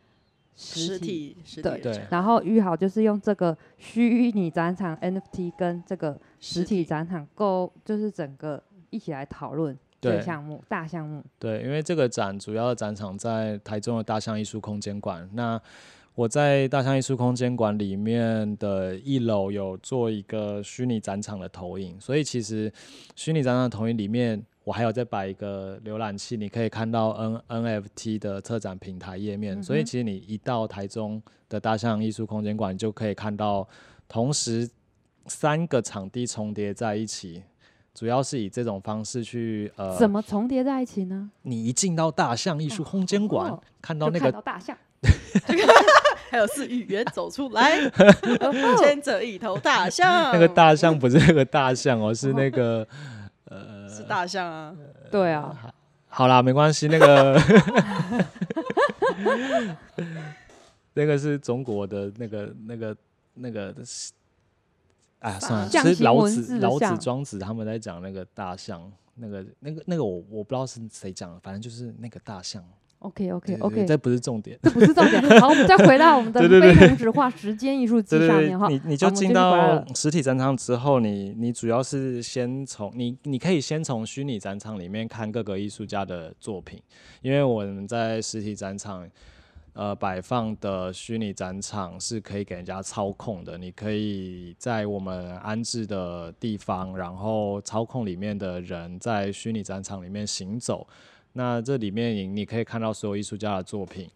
实体实体对的对然后玉豪就是用这个虚拟展场 NFT 跟这个实实体体展场构，就是整个一起来讨论这对个项目大项目，对，因为这个展主要的展场在台中的大象艺术空间馆。那我在大象艺术空间馆里面的一楼有做一个虚拟展场的投影，所以其实虚拟展场的投影里面，我还有再摆一个浏览器，你可以看到 N NFT 的策展平台页嗯面。所以其实你一到台中的大象艺术空间馆，你就可以看到同时三个场地重叠在一起。主要是以这种方式去呃，怎么重叠在一起呢？你一进到大象艺术空间馆，哦看到就那看个到大象， 还有是语言走出 来，哦牵着一头大象，那个大象不是那个大象哦，是那个是大象啊，哦对啊，好啦，没关系，那个 那个是中国的那个那个那个啊，算了，象是形老文子字的老子象庄子他们在讲那个大象，那个那个那个我我不知道是谁讲的，反正就是那个大象。 OK 对 OK 对对 OK，这不是重点。这不是重点。好，我们再回到我们的 对对对非同质化时间艺术机对对上对面哈，，你你好就我们进继续回来到了实体展场之后，你你主要是先从你你可以先从虚拟展场里面看各个艺术家的作品，因为我们在实体展场。呃，摆放的虚拟展场是可以给人家操控的，你可以在我们安置的地方，然后操控里面的人在虚拟展场里面行走。那这里面你你可以看到所有艺术家的作品，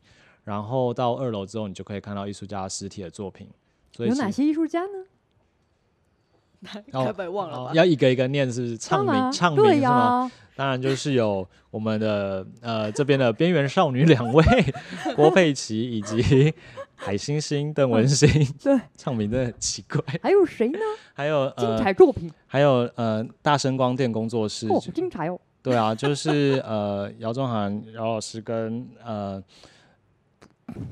然后到二楼之后，你就可以看到艺术家实体的作品。所以有其哪实些艺术家呢？哦该不会忘了哦吧？要一个一个念是不是？唱当然名啊唱名对是呀、吗？当然就是有我们的呃这边的边缘少女两 位郭佩奇以及海星星邓文欣，嗯对，唱名真的很奇怪。还有谁呢？还有精呃彩作品、还有呃大声光电工作室，哦，精彩哦，对啊，就是呃姚宗涵姚老师跟呃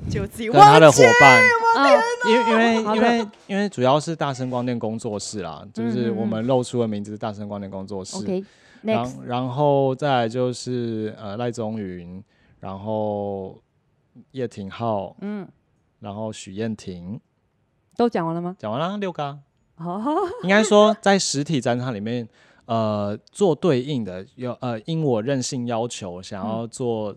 就自己跟忘他的记伙伴。啊，因为因为好的因为因为主要是大声光电工作室啦，就是嗯嗯我们露出的名字是大声光电工作室。 OK 然 next 然后再来就是呃赖宗云，然后叶廷浩，嗯，然后许燕婷，都讲完了吗？讲完啦，六个、啊。哦，应该说在实体展场里面，呃，做对应的有呃，因我任性要求想要做。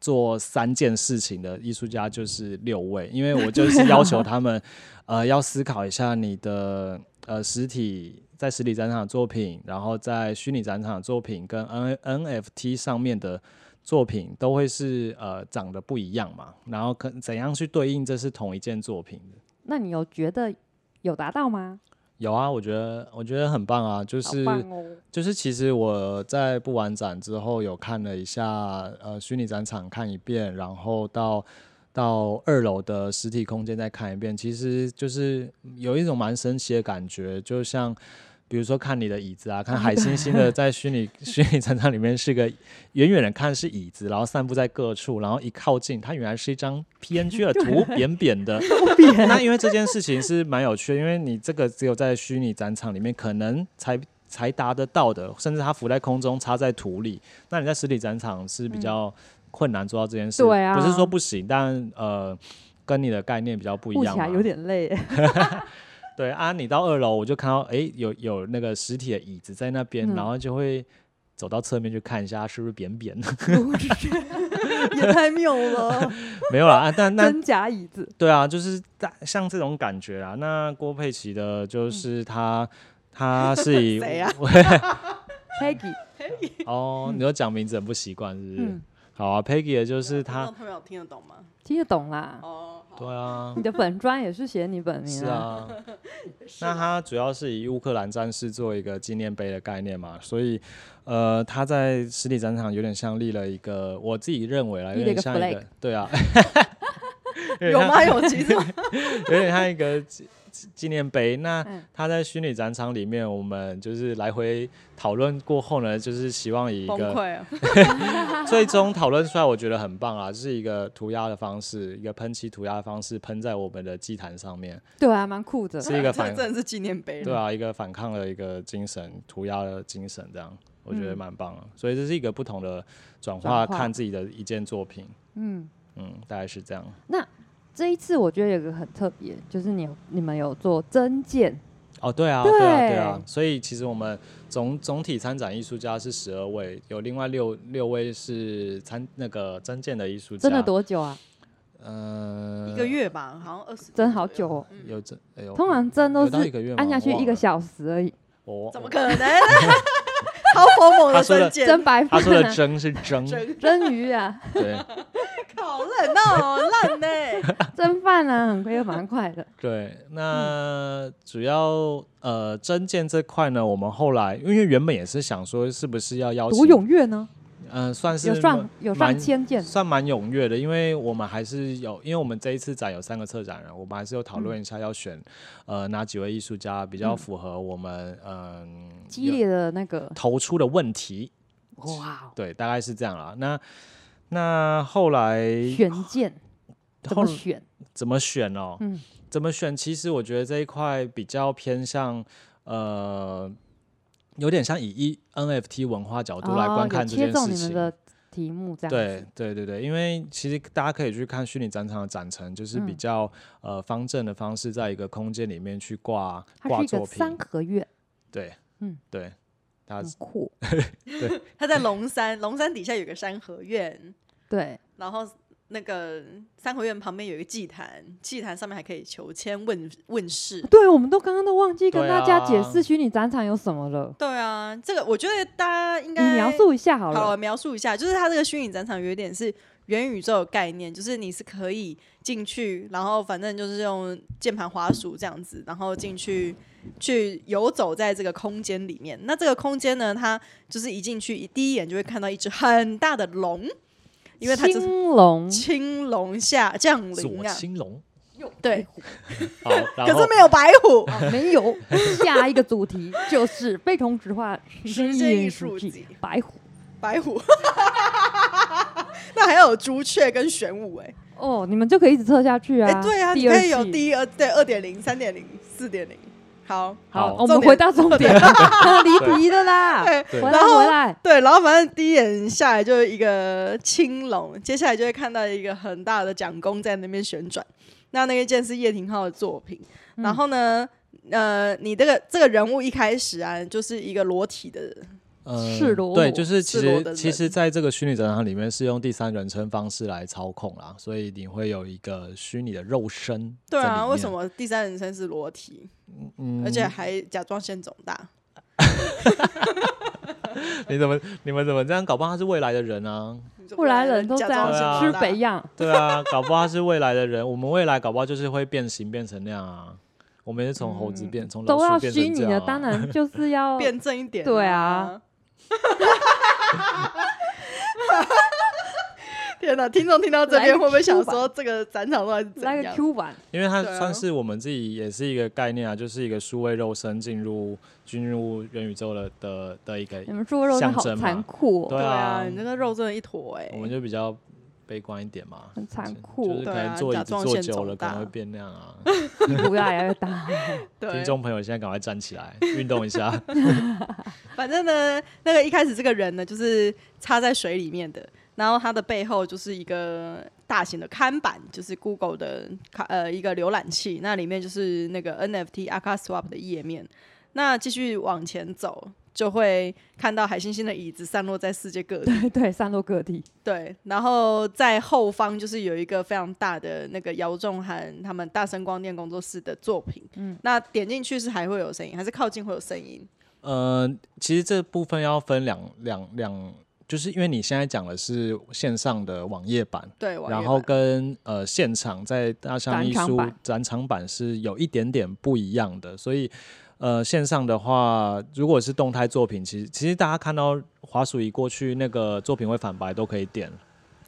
做三件事情的艺术家就是六位，因为我就是要求他们，呃，要思考一下你的呃实体在实体展场的作品，然后在虚拟展场的作品跟 N NFT 上面的作品都会是呃长得不一样嘛，然后可怎样去对应这是同一件作品的那你有觉得有达到吗？有有啊，我觉得我觉得很棒啊，就好是棒哦，就是其实我在不完展之后有看了一下，呃，虚拟展场看一遍，然后到到二楼的实体空间再看一遍，其实就是有一种蛮神奇的感觉，就像。比如说看你的 椅子啊，看海星星的在虚拟 虚拟成长里面是个远远的看是椅子，然后散布在各处，然后一靠近它原来是一张 PNG 的 图，扁扁的。啊那因为这件事情是蛮有趣的，因为你这个只有在虚拟展场里面可能才才达得到的，甚至它浮在空中插在土里。那你在实体展场是比较困难做到这件事，嗯对啊不是说不行，但呃。跟你的概念比较不一顾样啊起嘛，来有点累 耶，对啊，你到二楼我就看到，诶，有有那个实体的椅子在那边，嗯然后就会走到侧面去看一下它啊是不是扁扁的， 也太妙了。没有啦，啊、但 那真假椅子，对啊，就是大像这种感觉啊。那郭佩奇的嗯就是他， 他是以谁啊 Peggy， 哦，你都讲名字很不习惯是不是？嗯，啊好啊，Peggy 的就是不知道他，朋友听得懂吗？听得懂啦。哦，好对啊你。的本专也是写你本名是， 啊，那它主要是以乌克兰战士做一个纪念碑的概念嘛，所以，呃，它在实体展场有点像立了一个，我自己认为啦，有立了一点个像一 flag 个，对啊，有吗？有其实有点像一个纪纪纪念碑。那嗯它在虚拟展场里面，我们就是来回讨论过后呢，就是希望 以一崩个溃了。啊最终讨论出来，我觉得很棒啊，就是一个涂鸦的方式，一个喷漆涂鸦的方式喷在我们的祭坛上面，对啊，蛮酷的。是一这个反真的是纪念碑。对，啊，一个反抗的一个精神，涂鸦的精神，这样我觉得嗯蛮棒的。所以这是一个不同的转化，转化看自己的一件作品，嗯，嗯，大概是这样。这一次我觉得有个很特别，就是你有你们有做真件，哦，对啊，对啊，对对啊。所以其实我们总总体参展艺术家是十二位，有另外六六位是参那个真件的艺术家，真的，多久啊？呃，一个月吧，好像二十。真好久哦。有真，哎呦，通常真都有到一是个月吗按下去我忘了一个小时而已，我怎么可能？ 超疯猛的证件，蒸白他饭说 的啊，蒸是蒸，真蒸鱼啊， 对好冷哦，烂呢。蒸饭啊，很快又蛮快的。对。那嗯主要呃真件这块呢，我们后来因为原本也是想说是不是要邀请多踊跃呢，嗯，算是有上有上蛮千件，算蛮踊跃的，因为我们还是有，因为我们这一次展有三个策展人，我们还是有讨论一下要选、呃哪几位艺术家比较嗯符合我们嗯、激烈的那个投出的问题，哇，对，大概是这样啦。那那后来选件怎后么选？怎么选哦？嗯怎么选？其实我觉得这一块比较偏向呃，有点像以一 NFT 文化角度来哦观有看这件切中事你们情。的题目这样对子，对对对，因为其实大家可以去看虚拟展场的展陈，就是比嗯较、呃方正的方式，在一个空间里面去挂它挂是一作个三品。合院，对，嗯，对，大很家酷。他在龙山，龙山底下有个山河院，对，然后那个山河院旁边有一个祭坛，祭坛上面还可以求签问问世。对，我们都刚刚都忘记跟对大家解啊释虚拟展场有什么了。对啊，这个我觉得大家应你该描述一下好好，了我，描述一下，就是它这个虚拟展场有一点是元宇宙的概念，就是你是可以进去，然后反正就是用键盘滑鼠这样子，然后进去去游走在这个空间里面。那这个空间呢，它就是一进去，一第一眼就会看到一只很大的龙，因为它就是青龙青龙下降临左啊，青龙，对，好，可然后是没有白虎。啊没有。下一个主 题就是非同质化实实践践艺艺术术季季，白虎白虎， 那还有朱雀跟玄武哎、哦，你们就可以一直测下去哎、啊。对啊，你第可二以有季第一、二对二点零、三点零、四点零。好，好，好我们重点回到 重点，他离题的啦，对对回来然后回来，对，然后反正第一眼下来就是一个青龙，接下来就会看到一个很大的蒋公在那边旋转。那那一件是叶廷浩的作品，嗯然后呢，呃，你这个这个人物一开始啊，就是一个裸体的，呃赤裸裸对，就是其赤裸的实其人实在这个虚拟展场里面是用第三人称方式来操控啦，所以你会有一个虚拟的肉身。对啊，为什？么第三人称是裸体，嗯而且还假装先肿大？你怎么你们怎么这样？搞不好他是未来的人啊。不然人都这假装样先啊肿吃大北样，对啊，搞不好他是未来的人，我们未来搞不好就是会变形变成那样啊。我们也是从猴嗯子变，从、老都要鼠变虚成拟这的，样、啊。当然就是 要辩证一点、对啊啊。 天哪，听众听到这来边个会不会 Q 想版说这个展场到底是怎来个样？ Q 版，因为它对啊算是我们自己也是一个概念啊，就是一个数位肉身进入进入元宇宙的的的一个你，们猪肉真的好象征嘛残酷、哦，对嗯对啊啊，你，这个肉真的一坨哎、我们就比较悲观一点嘛，很残就酷哦是，可对啊能坐椅甲子状坐腺久肿了可能大会变那样啊。 毒越来越大。 对听，众朋友现在赶快站起来运动一下， 反正呢，那个一开始这个人呢，就是插在水里面的，然后他的背后就是一个大型的看板，就是 Google 的卡呃一个浏览器，那里面就是那个 NFT a k a Swap 的页面。那继续往前走，就会看到海星星的椅子散落在世界各地。对对，散落各地，对，然后在后方就是有一个非常大的那个姚仲涵他们大声光电工作室的作品。嗯，那点进去是还会有声音，还是靠近会有声音？呃，其实这部分要分两两两，就是因为你现在讲的是线上的网页版，对，网页然后版跟呃现场在大象艺展场术版展场版是有一点点不一样的，所以呃线上的话，如果是动态作品，其实其实大家看到滑鼠仪过去那个作品会反白都可以点，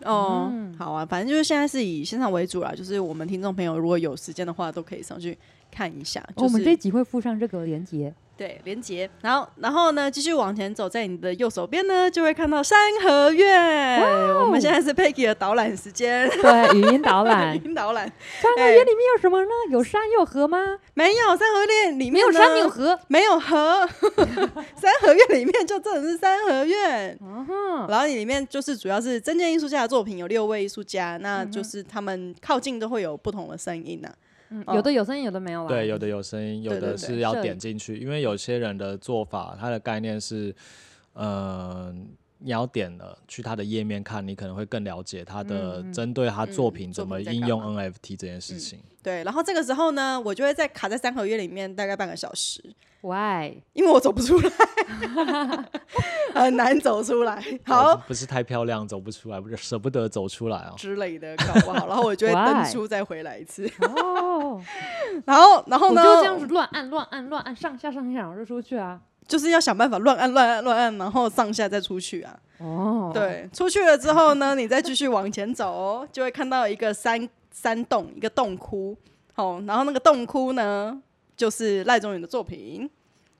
哦，嗯好啊，反正就是现在是以线上为主啦，就是我们听众朋友如果有时间的话，都可以上去看一下。就哦是、我们这一集会附上这个链接。对连接，然后然后呢，继续往前走，在你的右手边呢，就会看到山河院。我们现在是 Peggy 的导览时间， 对，语音哦导览，云导览山河园里面有什么呢？有山有河吗？没有山河院哎里面没有呢山没有河，没有河， 三合院里面就真的是三合院。啊然后你里面就是主要是真件艺术家的作品，有六位艺术家，那就是他们靠近都会有不同的声音呐、嗯哦有的有声音，有的没有啦。对，有的有声音，有对的对是对要摄点影进去，因为有些人的做法，他的概念是，呃，你要点了去他的页面看，你可能会更了解他的针对他作嗯品作怎么品在应干用嘛嗯 NFT 这件事情。对，然后这个时候呢，我就会在卡在三合院里面大概半个小时， ，Why？因为我走不出来， 很难走出来，好哦不是太漂亮，走不出来，不是舍不得走出来啊、之类的，搞不好，然后我就会 Why？登出再回来一次， 哦，然后我然后就呢，这样子乱按乱按乱按，上下上下，我就出去啊。就是要想办法乱按乱按乱按，然后上下再出去啊。哦，，对，出去了之后呢，你再继续往前走哦，就会看到一个山山洞，一个洞窟。好，然后那个洞窟呢，就是赖中宇的作品，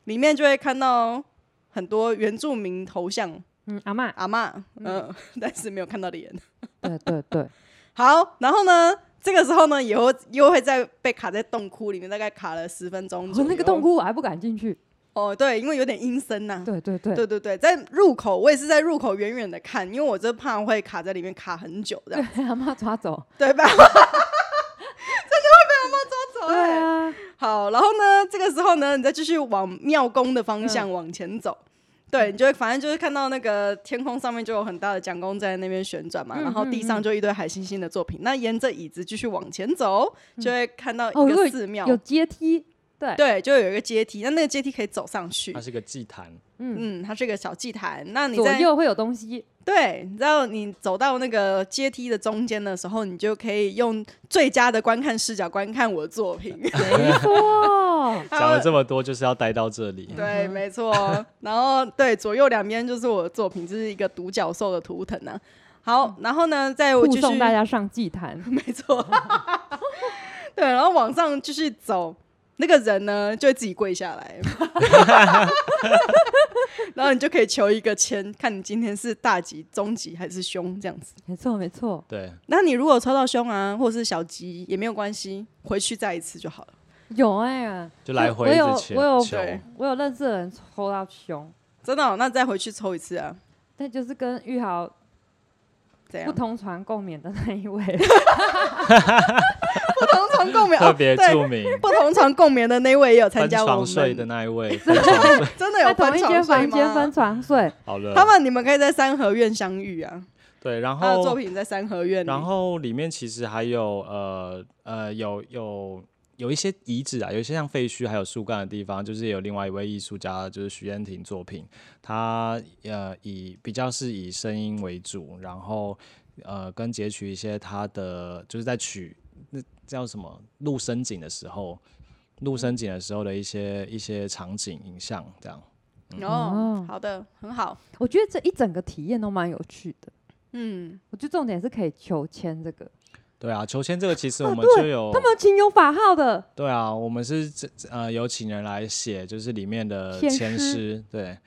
里面就会看到很多原住民头像嗯，阿妈，阿嬷，嗯、但是没有看到脸。对对对，好，然后呢，这个时候呢，以后又会再被卡在洞窟里面，大概卡了十分钟我左右。哦那个洞窟我还不敢进去。哦，对，因为有点阴森呐、对对对，对对对，在入口我也是在入口远远的看，因为我真怕会卡在里面卡很久这样。 对，阿妈抓走。对吧？ 真的会被阿猫抓走、对欸。啊，好，然后呢，这个时候呢，你再继续往庙宫的方嗯向往前走。对，你就会反正就是看到那个天空上面就有很大的蒋公在那边旋转嘛，嗯然后地上就一堆海星星的作品。那沿着椅子继续往前走，就会看到哦一有个寺庙，有阶梯。对，对，就有一个阶梯，那那个阶梯可以走上去它。啊是个祭坛，嗯，嗯，它是一个小祭坛。那你左在右会有东西。对，你知道你走到那个阶梯的中间的时候，你就可以用最佳的观看视角观看我的作品。 没错，它讲了会这么多，就是要待到这嗯里。对，没错。 然后对左右两边就是我的作品，这是一个独角兽的图腾呢、好，然后呢，再我嗯护继续送，大家上祭坛。没错。 对，然后往上继续走，那个人呢就会自己跪下来， 然后你就可以求一个签，看你今天是大吉、中吉还是凶这样子。没错没错，对，那你如果抽到凶啊，或者是小吉也没有关系，回去再一次就好了。有哎、就来我回一我有直求我有求对我有认识的人抽到凶，真的哦、那再回去抽一次啊？但就是跟玉豪怎不样？同船共眠的那一位，不同床共眠，特哦别对著名。不同床共眠的那位也有参分加我床们睡 的那 一位，分床睡真的有在分同一床间睡房吗间分床睡，好了。他们你们可以在三合院相遇啊，对，呃然他的后作品在三合院里。然后里面其实还有呃呃有有有一些遗址啊，有一些像废墟还有树干的地方，就是有另外一位艺术家，就是徐燕婷作品，他呃以比较是以声音为主，然后呃跟截取一些他的就是在取那叫什么录声景的时候。录嗯声景的时候的一些一些场景影像，这样哦哦，好的，很好。我觉得这一整个体验都蛮有趣的。嗯，我觉得重点是可以求签这个，对啊，求签这个其实我们哦对就有，他们请有法号的，对啊，我们是这呃有请人来写，就是里面的签签诗诗，对。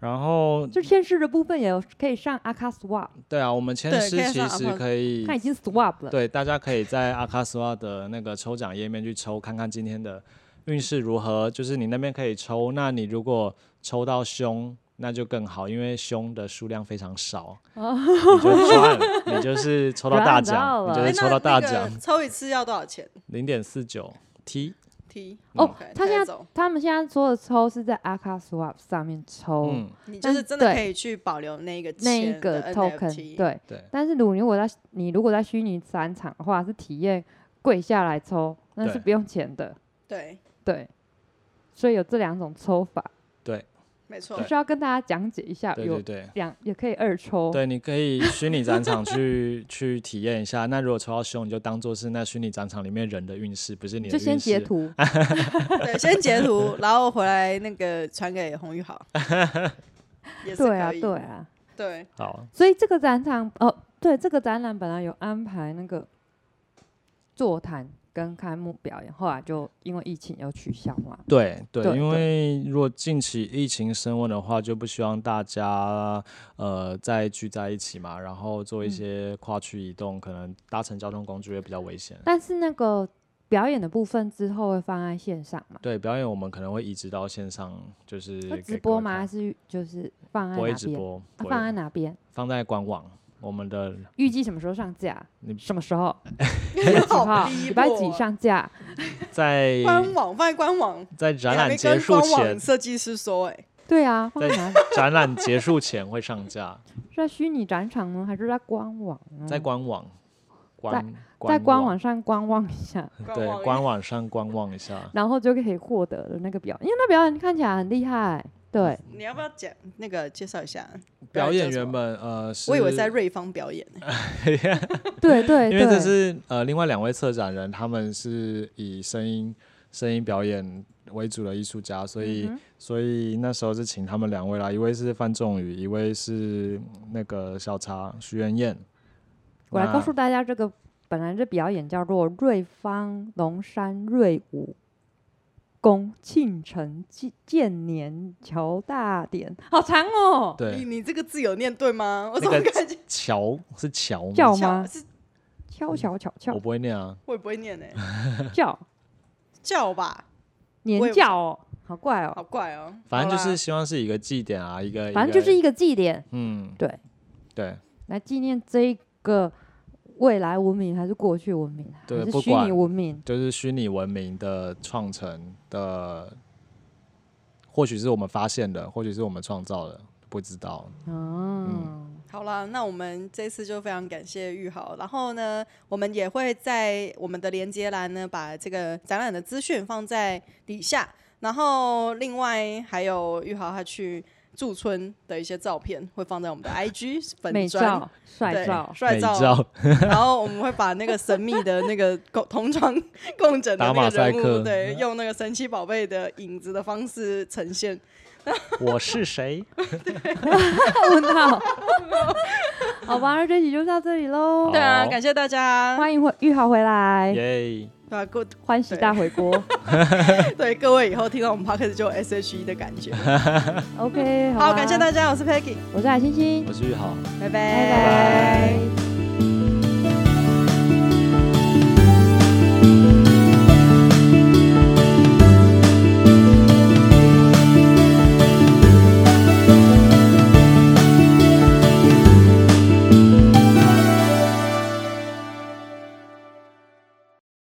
然后就签诗的部分也有可以上阿卡 swap，对啊，我们签对诗可以其上实 Upwork 可以他已经 swap 了，嗯对，大家可以在阿卡斯瓦的那个抽奖页面去抽，看看今天的运势如何。就是你那边可以抽，那你如果抽到凶，那就更好，因为凶的数量非常少，哦你就赚了，你就是抽到 大赚到奖，了你就哎是那呃抽到大那奖个，抽一次要多少钱零点四九 T。 ？T 哦 OK，他现带在走他们现在说的抽是在 Aka Swap 上面抽、嗯，你就但是真的对可以去保留那个那一钱个的 NFT token，，对。对，但是如果你如果在你如果在虚拟散场的话，是体验跪下来抽，那是对不用钱的，对，对。所以有这两种抽法，没错就，是要跟大家讲解一下，对对有对。两也可以二抽，对，你可以虚拟展场 去去体验一下。那如果抽到凶，你就当做是那虚拟展场里面人的运势，不是你就的运势。先截 图，对，先截图，然后回来那个传给洪玉 豪，也是对啊可以，对啊。对好，所以这个展场哦，对，这个展览本来有安排那个座谈跟开幕表演，后来就因为疫情又取消嘛。对对，对因对为如果近期疫情升温的话，就不希望大家呃再聚在一起嘛，然后做一嗯些跨区移动，可能搭乘交通工具也比较危险。但是那个表演的部分之后会放在线上嘛？对，表演我们可能会移植到线上，就是会给直各播位吗？看还是就是放在不会哪直边？播，啊不放在会哪边？放在官网，我 们的预计什么时候上架你？什么时候？对，几号？逼礼拜迫几啊？上架？在官网放在官网，在哎你展还览没结跟束官前网，设计师说，哎，对啊，放在在哪里？展览结束前会上架， 是在虚拟展场呢，还是在官网呢？在官网官嗯在官网上观望一下。 官网对官网上观望一下。然后就可以获得了那个表演，因为那表演看起来很厉害， 对，你要不要讲那个介绍一下？表演叫什原么本呃，我以为是在瑞芳表演呢、对对因为这对，是呃，另外两位策展人他们是以声音声音表演为主的艺术家，所以、嗯哼所以那时候是请他们两位啦，一位是范仲宇，一位是那个小茶徐元燕。我来那告诉大家，这个本来这表演叫做瑞芳龙山瑞武宫庆城建建年乔大典，好长哦，你对你这个字有念对吗？我那怎么个感觉乔是乔吗，叫巧吗？是敲巧巧嗯我巧不会念啊，我也不会念呢、叫叫吧，我年也不知教哦，好怪好哦，怪哦。 反正就好啦是希望是一个祭典啊，一个反正就是一一个个祭典嗯对对来纪念这个未来文明还是过去文明，还对是不虚拟管文明，就是虚拟文明的创成的，或许是我们发现的，或许是我们创造的，不知道。嗯好啦，那我们这次就非常感谢玉豪，然后呢，我们也会在我们的连接栏呢，把这个展览的资讯放在底下，然后另外还有玉豪他去驻村的一些照片会放在 我们的 IG 美粉砖照、帅对照，帅美照， 然后我们会把那个神秘的那个共同床 共枕的打那马个赛人物，克对，用那个神奇宝贝的影子的方式呈现。 我是谁？ 问号。 好吧，那这集就到这里喽好，对啊，感谢大家，欢迎回玉豪回来，耶！对啊，各欢喜大回锅。对各位以后听到我们 podcast 就有 S H E 的感 觉。 OK，啊好，吧感谢大家，我是 Peggy，我是海星星，我是玉豪。拜拜拜拜。